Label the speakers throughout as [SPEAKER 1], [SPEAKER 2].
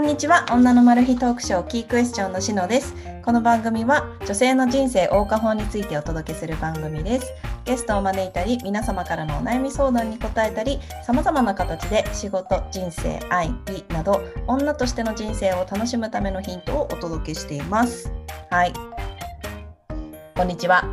[SPEAKER 1] にちは女のマル秘トークショーキークエスチョンのしのですこの番組は女性の人生謳歌法についてお届けする番組ですゲストを招いたり皆様からのお悩み相談に答えたりさまざまな形で仕事人生愛美など女としての人生を楽しむためのヒントをお届けしていますはいこんにちは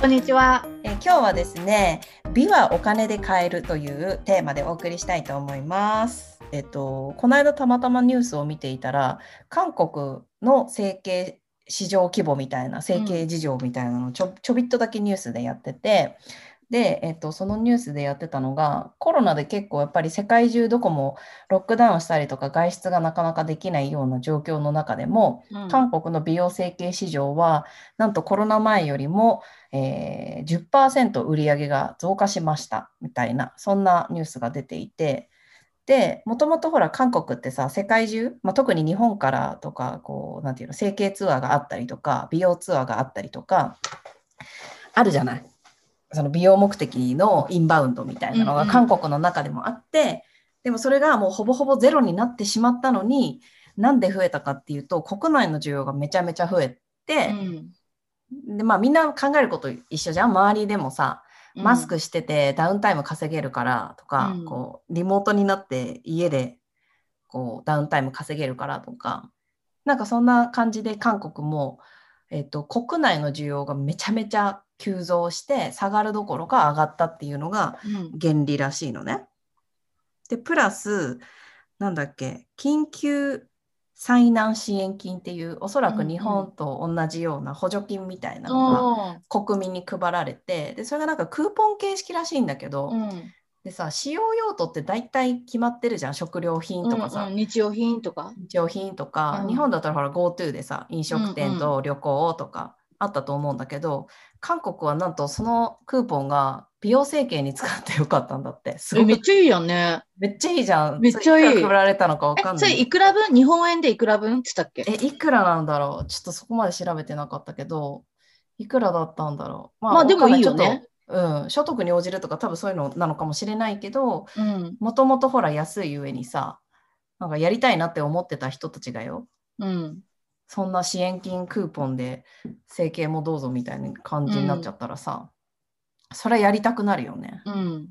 [SPEAKER 2] こんにちは。
[SPEAKER 1] えー今日はですね美はお金で買えるというテーマでお送りしたいと思います。えっとこの間たまたまニュースを見ていたら韓国の整形市場規模みたいな整形事情みたいなのをちょ,、ちょびっとだけニュースでやっててで、えっと、そのニュースでやってたのがコロナで結構やっぱり世界中どこもロックダウンしたりとか外出がなかなかできないような状況の中でも、韓国の美容整形市場はなんとコロナ前よりも、えー、10%売り上げが増加しましたみたいなそんなニュースが出ていてでもともとほら韓国ってさ世界中、まあ、特に日本からとかこうなんていうの整形ツアーがあったりとか美容ツアーがあったりとかあるじゃないその美容目的のインバウンドみたいなの
[SPEAKER 2] う
[SPEAKER 1] が
[SPEAKER 2] んうん
[SPEAKER 1] 韓国の中でもあって、でもそれがもうほぼほぼゼロになってしまったのになんで増えたかっていうと国内の需要がめちゃめちゃ増えて、でまあ、みんな考えること一緒じゃん周りでもさマスクしててダウンタイム稼げるからとか、
[SPEAKER 2] うん
[SPEAKER 1] こうリモートになって家でこうダウンタイム稼げるからとかなんかそんな感じで韓国も、えっと国内の需要がめちゃめちゃ急増して下がるどころか上がったっていうのが原理らしいのね。でプラスなんだっけ緊急災難支援金っていうおそらく日本と同じような補助金みたいなのが国民に配られてでそれがなんかクーポン形式らしいんだけど、でさ使用用途って大体決まってるじゃん食料品とかさ、
[SPEAKER 2] 日用品とか。
[SPEAKER 1] 日用品とか、
[SPEAKER 2] うん
[SPEAKER 1] 日本だったらほら GoTo でさ飲食店と旅行とかあったと思うんだけど、韓国はなんとそのクーポンが美容整形に使ってよかったんだってすご
[SPEAKER 2] め
[SPEAKER 1] く
[SPEAKER 2] っちゃいいやんね。
[SPEAKER 1] めっちゃいいじゃん
[SPEAKER 2] めっちゃいい
[SPEAKER 1] それくら配られたのかわかん
[SPEAKER 2] え、
[SPEAKER 1] な
[SPEAKER 2] それ
[SPEAKER 1] い
[SPEAKER 2] いくら分日本円でいくら分って言ったっけ
[SPEAKER 1] えいくらなんだろうちょっとそこまで調べてなかったけどいくらだったんだろうま
[SPEAKER 2] まあでも
[SPEAKER 1] わかんない
[SPEAKER 2] い
[SPEAKER 1] ち
[SPEAKER 2] よ
[SPEAKER 1] ょっと
[SPEAKER 2] ね。
[SPEAKER 1] うん、所得に応じるとか多分そういうのなのかもしれないけど
[SPEAKER 2] うん。
[SPEAKER 1] もともとほら安い上にさなんかやりたいなって思ってた人たちがよ
[SPEAKER 2] うん。
[SPEAKER 1] そんな支援金クーポンで整形もどうぞみたいな感じになっちゃったらさ、それやりたくなるよね。
[SPEAKER 2] うん。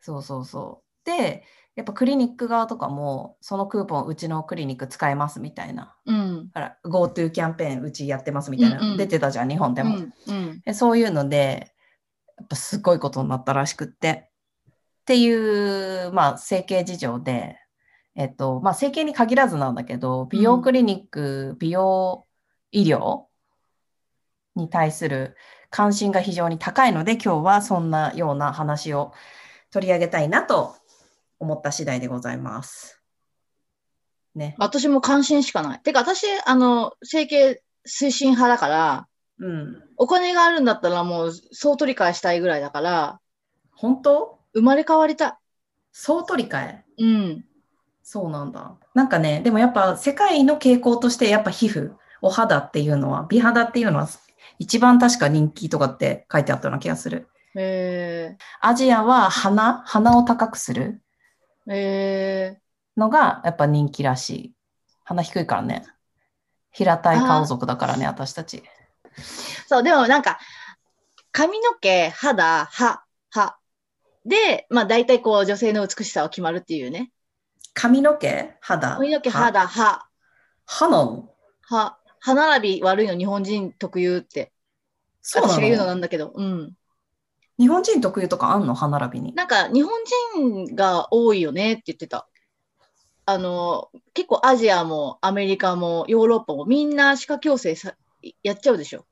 [SPEAKER 1] そうそうそうでやっぱクリニック側とかもそのクーポンうちのクリニック使えますみたいな
[SPEAKER 2] うん。
[SPEAKER 1] ほら GoTo キャンペーンうちやってますみたいな、
[SPEAKER 2] うんうん
[SPEAKER 1] 出てたじゃん日本で
[SPEAKER 2] で
[SPEAKER 1] も。
[SPEAKER 2] うん。
[SPEAKER 1] でそういうのでやっぱすごいことになったらしくってっていう、まあ、整形事情で、えっとまあ、整形に限らずなんだけど美容クリニック、美容医療に対する関心が非常に高いので今日はそんなような話を取り上げたいなと思った次第でございます。ね。
[SPEAKER 2] 私も関心しかない。てか私、あの、整形推進派だから、
[SPEAKER 1] うん、
[SPEAKER 2] お金があるんだったらもう、そう取り返したいぐらいだから、
[SPEAKER 1] 本当
[SPEAKER 2] 生まれ変わりた
[SPEAKER 1] 総取り替え
[SPEAKER 2] い。うん。
[SPEAKER 1] そうなんだ。なんかね、でもやっぱ世界の傾向としてやっぱ皮膚、お肌っていうのは、美肌っていうのは一番確か人気とかって書いてあったような気がする。
[SPEAKER 2] へ
[SPEAKER 1] アジアは鼻、鼻を高くする
[SPEAKER 2] え。へえ。
[SPEAKER 1] のがやっぱ人気らしい。鼻低いからね。平たい顔族だからね、私たち。
[SPEAKER 2] そう、でもなんか、髪の毛、肌、歯、歯。で、まあ大体こう女性の美しさは決まるっていうね。
[SPEAKER 1] 髪の毛、肌。
[SPEAKER 2] 髪の毛、
[SPEAKER 1] は。
[SPEAKER 2] 肌、歯、
[SPEAKER 1] 歯なの
[SPEAKER 2] 歯。歯並び悪いの日本人特有って。
[SPEAKER 1] そう
[SPEAKER 2] 私が言う
[SPEAKER 1] な
[SPEAKER 2] の
[SPEAKER 1] の
[SPEAKER 2] なんだけど。うん。
[SPEAKER 1] 日本人特有とかあんの歯並びに。
[SPEAKER 2] なんか日本人が多いよねって言ってた。あの、結構アジアもアメリカもヨーロッパもみんな歯科矯正さやっちゃうでしょ。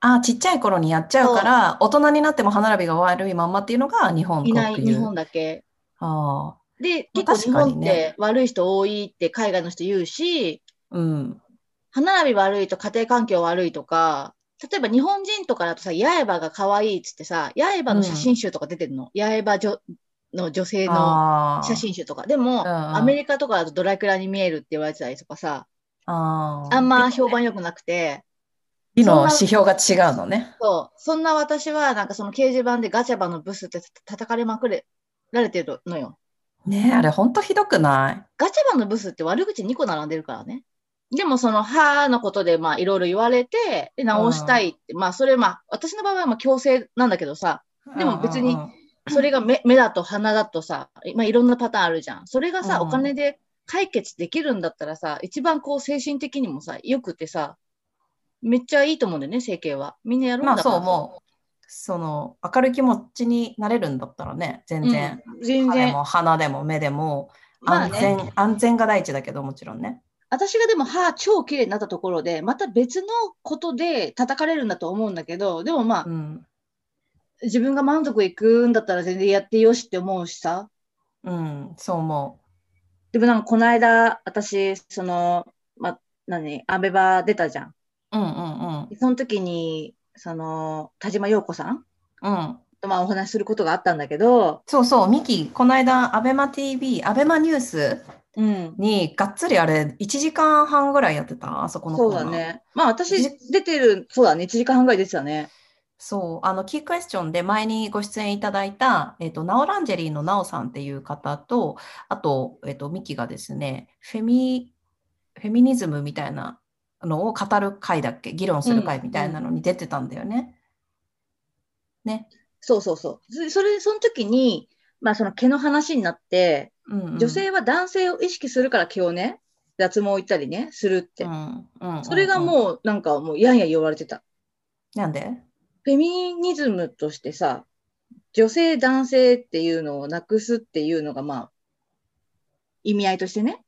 [SPEAKER 1] ああ、ちっちゃい頃にやっちゃうから、大人になっても歯並びが悪いまんまっていうのが日本特
[SPEAKER 2] い
[SPEAKER 1] 有。
[SPEAKER 2] ない、日本だけ。
[SPEAKER 1] あ
[SPEAKER 2] で、
[SPEAKER 1] まあ
[SPEAKER 2] 結構日
[SPEAKER 1] 確かに
[SPEAKER 2] 本っ
[SPEAKER 1] ね
[SPEAKER 2] て悪い人多いって海外の人言うし、
[SPEAKER 1] あ、うん。
[SPEAKER 2] 歯並び悪いと家庭環境悪いとか、例えば日本人とかだとさ、八重歯が可愛いっつってさ、八重歯の写真集とか出てるの。八重歯女の女性の
[SPEAKER 1] ああ
[SPEAKER 2] 写真集とか。でも、
[SPEAKER 1] うんうん
[SPEAKER 2] アメリカとかだとドラキュラに見えるって言われてたりとかさ、
[SPEAKER 1] あー
[SPEAKER 2] あんま評判良くなくて、
[SPEAKER 1] 美の指標が違うのね。
[SPEAKER 2] そう、そんな私はなんかその掲示板でガチャバのブスって叩かれまくれられてるのよ。
[SPEAKER 1] ねえあれほんとひどくない
[SPEAKER 2] ガチャバのブスって悪口2個並んでるからね。でもその歯のことでまあいろいろ言われて、で直したいって、まあそれまあ私の場合はまあ強制なんだけどさ、でも別に
[SPEAKER 1] うんうんうん
[SPEAKER 2] それが目目だと鼻だとさ、まあいろんなパターンあるじゃん。それがさ、
[SPEAKER 1] うん
[SPEAKER 2] お金で解決できるんだったらさ、一番こう精神的にもさ、良くてさ、めっちゃいいと思うんだよね、整形は。みんなやるん
[SPEAKER 1] ま
[SPEAKER 2] だ
[SPEAKER 1] あ
[SPEAKER 2] から
[SPEAKER 1] そ
[SPEAKER 2] さ。
[SPEAKER 1] うもうその明るい気持ちになれるんだったらね全然、
[SPEAKER 2] うん全
[SPEAKER 1] 歯で
[SPEAKER 2] 然。
[SPEAKER 1] も鼻でも目でも
[SPEAKER 2] まあ
[SPEAKER 1] 安
[SPEAKER 2] ね
[SPEAKER 1] 全、、安全が第一だけどもちろんね。
[SPEAKER 2] 私がでも歯超綺麗になったところで、また別のことで叩かれるんだと思うんだけど、でもまあ、
[SPEAKER 1] うん
[SPEAKER 2] 自分が満足いくんだったら全然やってよしって思うしさ。
[SPEAKER 1] うん、そう思
[SPEAKER 2] でもなんかこの間、私、その、ま、何、アベバ出たじゃん。
[SPEAKER 1] う。うんうん
[SPEAKER 2] その時に、その、田島陽子さん
[SPEAKER 1] うん。うん、
[SPEAKER 2] とまあお話しすることがあったんだけど、
[SPEAKER 1] そうそう、ミキ、この間、アベマ t v アベマニュース
[SPEAKER 2] うん。
[SPEAKER 1] にがっつりあれ、1時間半ぐらいやってた、あそこのコ
[SPEAKER 2] そ
[SPEAKER 1] ー
[SPEAKER 2] う
[SPEAKER 1] ナー
[SPEAKER 2] だ。ね。まあ
[SPEAKER 1] じ
[SPEAKER 2] 私出てる、そうだね、1時間半ぐらい出てたね。
[SPEAKER 1] そう、あの、キークエスチョンで前にご出演いただいた、えっと、ナオランジェリーのナオさんっていう方と、あと、えっと、ミキがですね、フェミ、フェミニズムみたいなのを語る会だっけ、議論する会みたいなのに出てたんだよね。ね。
[SPEAKER 2] そうそうそう。そそれ、その時に、まあその毛の話になって、
[SPEAKER 1] うんうん
[SPEAKER 2] 女性は男性を意識するから毛をね、脱毛行ったりね、するって。それが
[SPEAKER 1] う
[SPEAKER 2] もう、なんかもう、やんや言われてた。
[SPEAKER 1] んなんで
[SPEAKER 2] フェミニズムとしてさ、女性、男性っていうのをなくすっていうのが、まあ、意味合いとしてね、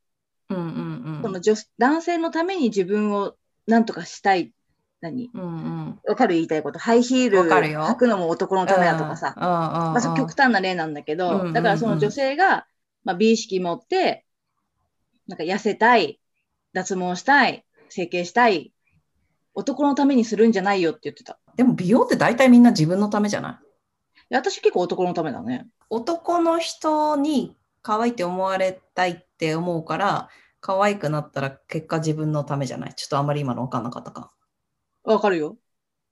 [SPEAKER 1] うんうんう
[SPEAKER 2] その
[SPEAKER 1] ん
[SPEAKER 2] 女男性のために自分をなんとかしたい、何
[SPEAKER 1] うんうん
[SPEAKER 2] わかる言いたいこと、ハイヒール
[SPEAKER 1] わかるよ
[SPEAKER 2] 履くのも男のためだとかさ、
[SPEAKER 1] うんうんうん
[SPEAKER 2] まあ、そ極端な例なんだけ
[SPEAKER 1] うんうんう
[SPEAKER 2] ど、
[SPEAKER 1] ん
[SPEAKER 2] だからその女性が、まあ、美意識持って、なんか痩せたい、脱毛したい、整形したい、男のためにするんじゃないよって言ってた。
[SPEAKER 1] でも美容って大体みんな自分のためじゃない
[SPEAKER 2] いや私結構男のためだね。
[SPEAKER 1] 男の人に可愛いって思われたいって思うから可愛くなったら結果自分のためじゃないちょっとあんまり今の分かんなかったか
[SPEAKER 2] わかるよ。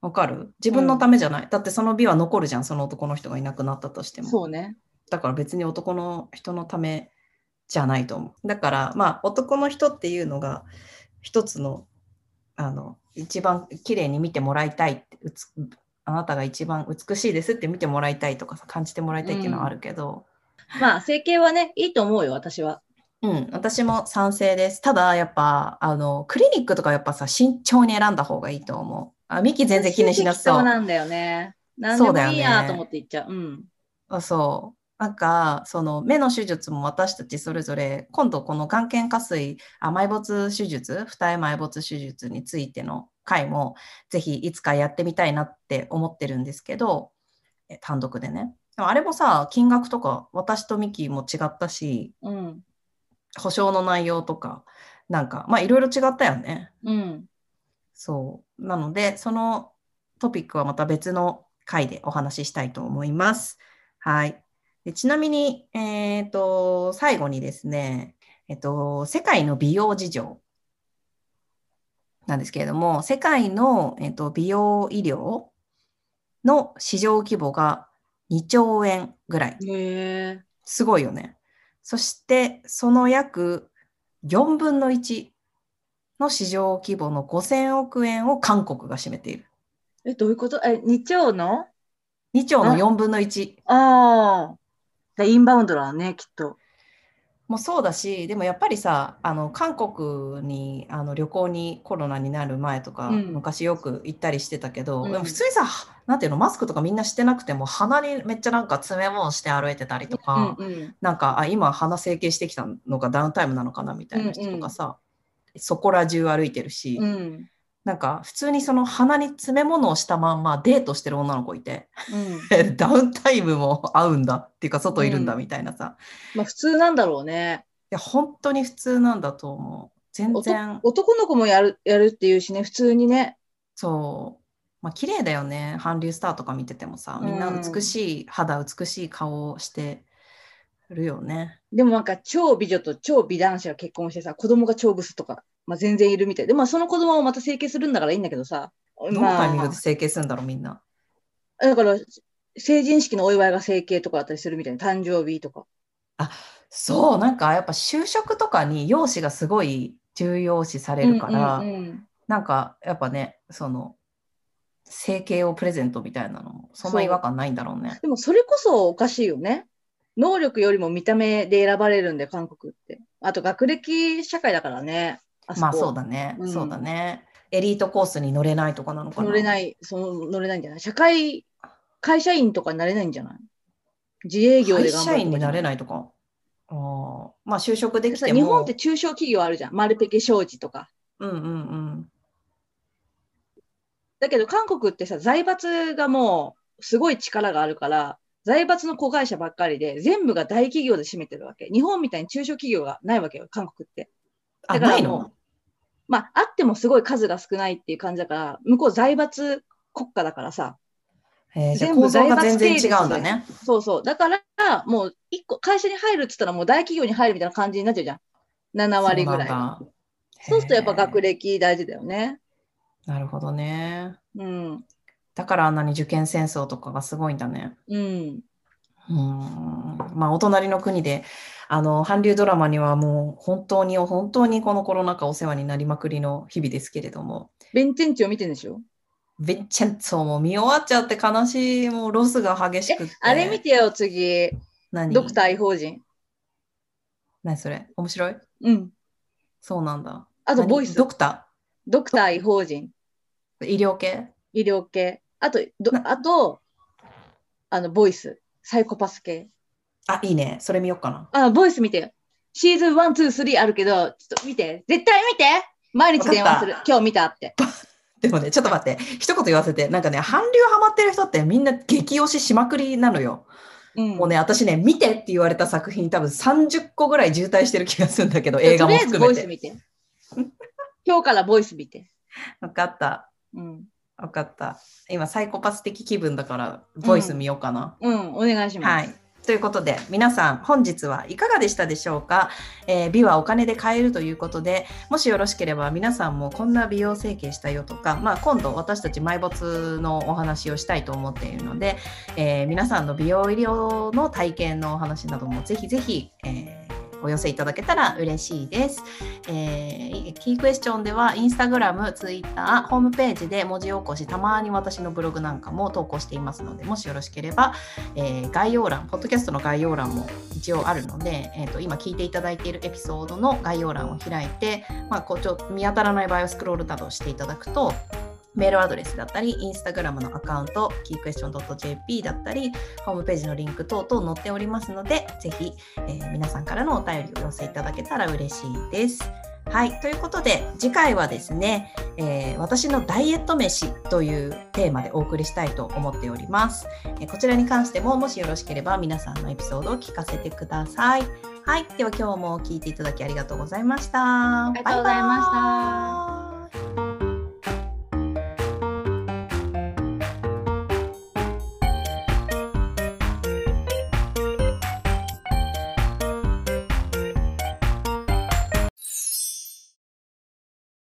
[SPEAKER 1] わかる自分のためじゃない、だってその美は残るじゃんその男の人がいなくなったとしても
[SPEAKER 2] そうね。
[SPEAKER 1] だから別に男の人のためじゃないと思う。だからまあ男の人っていうのが一つのあの一番綺麗に見てもらいたいってうつあなたが一番美しいですって見てもらいたいとかさ感じてもらいたいっていうのはあるけど、
[SPEAKER 2] まあ、整形はね、いいと思うよ、私は。
[SPEAKER 1] うん私も賛成です。ただやっぱあのクリニックとかやっぱさ慎重に選んだ方がいいと思う。あミキ全然気にしな
[SPEAKER 2] そ
[SPEAKER 1] そうう。
[SPEAKER 2] なんだよね。なんで
[SPEAKER 1] そう
[SPEAKER 2] も
[SPEAKER 1] だよ
[SPEAKER 2] いい
[SPEAKER 1] ね
[SPEAKER 2] やと思って言っちゃう。うん。
[SPEAKER 1] あそう。なんか、その目の手術も私たちそれぞれ、今度この眼瞼下垂、あ埋没手術、二重埋没手術についての回も、ぜひいつかやってみたいなって思ってるんですけど、え単独でね。でもあれもさ、金額とか、私とミキも違ったし、
[SPEAKER 2] うん。
[SPEAKER 1] 保証の内容とか、なんか、まあいろいろ違ったよね。
[SPEAKER 2] うん。
[SPEAKER 1] そう。なので、そのトピックはまた別の回でお話ししたいと思います。はい。でちなみに、えっ、と、最後にですね、えっ、と、世界の美容事情なんですけれども、世界の、えっと美容医療の市場規模が2兆円ぐらい。
[SPEAKER 2] へえ。
[SPEAKER 1] すごいよね。そして、その約4分の1の市場規模の5000億円を韓国が占めている。
[SPEAKER 2] え、どういうことえ、日曜の
[SPEAKER 1] 2兆の
[SPEAKER 2] あ
[SPEAKER 1] 4分の1
[SPEAKER 2] ああ。でインバウンドだね、きっと。
[SPEAKER 1] もそうだし、でもやっぱりさ、あの韓国にあの旅行にコロナになる前とか、
[SPEAKER 2] うん
[SPEAKER 1] 昔よく行ったりしてたけど、
[SPEAKER 2] うん
[SPEAKER 1] でも普通にさ、なんていうの、マスクとかみんなしてなくても、鼻にめっちゃなんか詰め物して歩いてたりとか。
[SPEAKER 2] うんうん。
[SPEAKER 1] なんかあ今鼻整形してきたのがダウンタイムなのかなみたいな人とかさ、そこら中歩いてるし、
[SPEAKER 2] うん。
[SPEAKER 1] なんか普通にその鼻に詰め物をしたまんまデートしてる女の子いて
[SPEAKER 2] うん。
[SPEAKER 1] ダウンタイムも合うんだっていうか外いるんだ
[SPEAKER 2] うん
[SPEAKER 1] みたいなさ、い
[SPEAKER 2] まあ、普通なんだろうね。
[SPEAKER 1] や本当に普通なんだと思う全
[SPEAKER 2] おと
[SPEAKER 1] 然
[SPEAKER 2] 男の子もやる、やるっていうしね、普通にね。
[SPEAKER 1] そうまあ綺麗だよね韓流スターとか見ててもさみんな
[SPEAKER 2] うん
[SPEAKER 1] 美しい肌美しい顔をしてるよね、
[SPEAKER 2] でもなんか超美女と超美男子が結婚してさ、子供が超ブスとか、まあ、全然いるみたい。で、まあその子供をまた整形するんだからいいんだけどさ。
[SPEAKER 1] どのタイミングで整形するんだろうみんな
[SPEAKER 2] まあだから、成人式のお祝いが整形とかだったりするみたいな、誕生日とか。
[SPEAKER 1] そう、なんかやっぱ就職とかに容姿がすごい重要視されるから、
[SPEAKER 2] うんうんうん
[SPEAKER 1] なんかやっぱね、その、整形をプレゼントみたいなのも、そん
[SPEAKER 2] そ
[SPEAKER 1] な
[SPEAKER 2] う
[SPEAKER 1] 違和感ないんだろうね。
[SPEAKER 2] でもそれこそおかしいよね。能力よりも見た目で選ばれるんで、韓国って。あと学歴社会だからね。あ
[SPEAKER 1] まあそうだね、
[SPEAKER 2] うん
[SPEAKER 1] そうだね。エリートコースに乗れないとかなのかな。。
[SPEAKER 2] 乗れないい、その乗れないんじゃない社会、会社員とかになれないんじゃない自営業で
[SPEAKER 1] 会
[SPEAKER 2] 頑
[SPEAKER 1] 社
[SPEAKER 2] 張る
[SPEAKER 1] 員
[SPEAKER 2] と
[SPEAKER 1] に
[SPEAKER 2] かじ
[SPEAKER 1] な
[SPEAKER 2] ゃ
[SPEAKER 1] れ
[SPEAKER 2] い。
[SPEAKER 1] ないとか。あーまあ就職でき
[SPEAKER 2] さ
[SPEAKER 1] ても。
[SPEAKER 2] 日本って中小企業あるじゃん。丸ペケ商事とか。
[SPEAKER 1] うんうんうん。
[SPEAKER 2] だけど韓国ってさ、財閥がもうすごい力があるから、財閥の子会社ばっかりで、全部が大企業で占めてるわけ。日本みたいに中小企業がないわけよ、韓国って。
[SPEAKER 1] あ、
[SPEAKER 2] だから
[SPEAKER 1] ない
[SPEAKER 2] も
[SPEAKER 1] の
[SPEAKER 2] まあ、あってもすごい数が少ないっていう感じだから、向こう財閥国家だからさ、
[SPEAKER 1] えー、じゃあ
[SPEAKER 2] 全部
[SPEAKER 1] 構造が全然
[SPEAKER 2] 財閥系
[SPEAKER 1] 違
[SPEAKER 2] 列
[SPEAKER 1] うんだね。
[SPEAKER 2] そうそう。だから、もう一個、会社に入るっつったらもう大企業に入るみたいな感じになっちゃうじゃん。7割ぐらい。
[SPEAKER 1] そうなんだ
[SPEAKER 2] そうするとやっぱ学
[SPEAKER 1] へ
[SPEAKER 2] 歴大事だよね。
[SPEAKER 1] ーなるほどね。
[SPEAKER 2] うん。
[SPEAKER 1] だからあんなに受験戦争とかがすごいんだね。
[SPEAKER 2] うん。
[SPEAKER 1] うーんまあ、お隣の国で、あの、韓流ドラマにはもう本当に、本当にこのコロナ禍お世話になりまくりの日々ですけれども、
[SPEAKER 2] ベンチェンチを見てるんでしょ
[SPEAKER 1] ベッチェンツォも見終わっちゃって悲しい、もうロスが激しくって。
[SPEAKER 2] あれ見てよ、次。
[SPEAKER 1] 何
[SPEAKER 2] ドクター異邦人。
[SPEAKER 1] 何それ面白い
[SPEAKER 2] うん。
[SPEAKER 1] そうなんだ。
[SPEAKER 2] あと、
[SPEAKER 1] 何
[SPEAKER 2] ボイス
[SPEAKER 1] ド。クタ
[SPEAKER 2] ドクター異邦人。
[SPEAKER 1] ー医療系
[SPEAKER 2] 医療系。あと、ど
[SPEAKER 1] な
[SPEAKER 2] あと、あの、ボイス。サイコパス系。
[SPEAKER 1] あ、いいね。それ見よっかな。
[SPEAKER 2] あ、ボイス見て。シーズン1、2、3あるけど、ちょっと見て。絶対見て毎日電話する
[SPEAKER 1] わかっ。
[SPEAKER 2] 今日見たって。
[SPEAKER 1] でもね、ちょっと待って、一言言わせて、なんかね、韓流ハマってる人ってみんな激推ししまくりなのよ。
[SPEAKER 2] うん
[SPEAKER 1] もうね、私ね、見てって言われた作品、多分30個ぐらい渋滞してる気がするんだけど、映画も
[SPEAKER 2] とりあえず
[SPEAKER 1] 含
[SPEAKER 2] ボ
[SPEAKER 1] め
[SPEAKER 2] イス
[SPEAKER 1] て。
[SPEAKER 2] 見て。今日からボイス見て。
[SPEAKER 1] 分かった、
[SPEAKER 2] うん。
[SPEAKER 1] 分かった。今、サイコパス的気分だから、ボイス見ようかな。
[SPEAKER 2] うん、お願いします。
[SPEAKER 1] はい。ということで、皆さん、本日はいかがでしたでしょうか、えー美はお金で買えるということで、もしよろしければ皆さんもこんな美容整形したよとか、まあ、今度私たち埋没のお話をしたいと思っているので、えー皆さんの美容医療の体験のお話などもぜひぜひ、えーお寄せいただけたら嬉しいです。えーキークエスチョンではインスタグラム、ツイッター、ホームページで文字起こし、たまに私のブログなんかも投稿していますので、もしよろしければえー概要欄、ポッドキャストの概要欄も一応あるので、えー、と今聞いていただいているエピソードの概要欄を開いて、まあ、こうちょ見当たらない場合はスクロールなどしていただくと、メールアドレスだったり、インスタグラムのアカウント、keyquestion.jp だったり、ホームページのリンク等々載っておりますので、ぜひ、えー皆さんからのお便りをお寄せいただけたら嬉しいです。はい、ということで、次回はですね、えー私のダイエット飯というテーマでお送りしたいと思っております。えーこちらに関してももしよろしければ皆さんのエピソードを聞かせてください。はい、では今日も聞いていただきありがとうございました。あ
[SPEAKER 2] りがとうございました
[SPEAKER 1] バイバーイ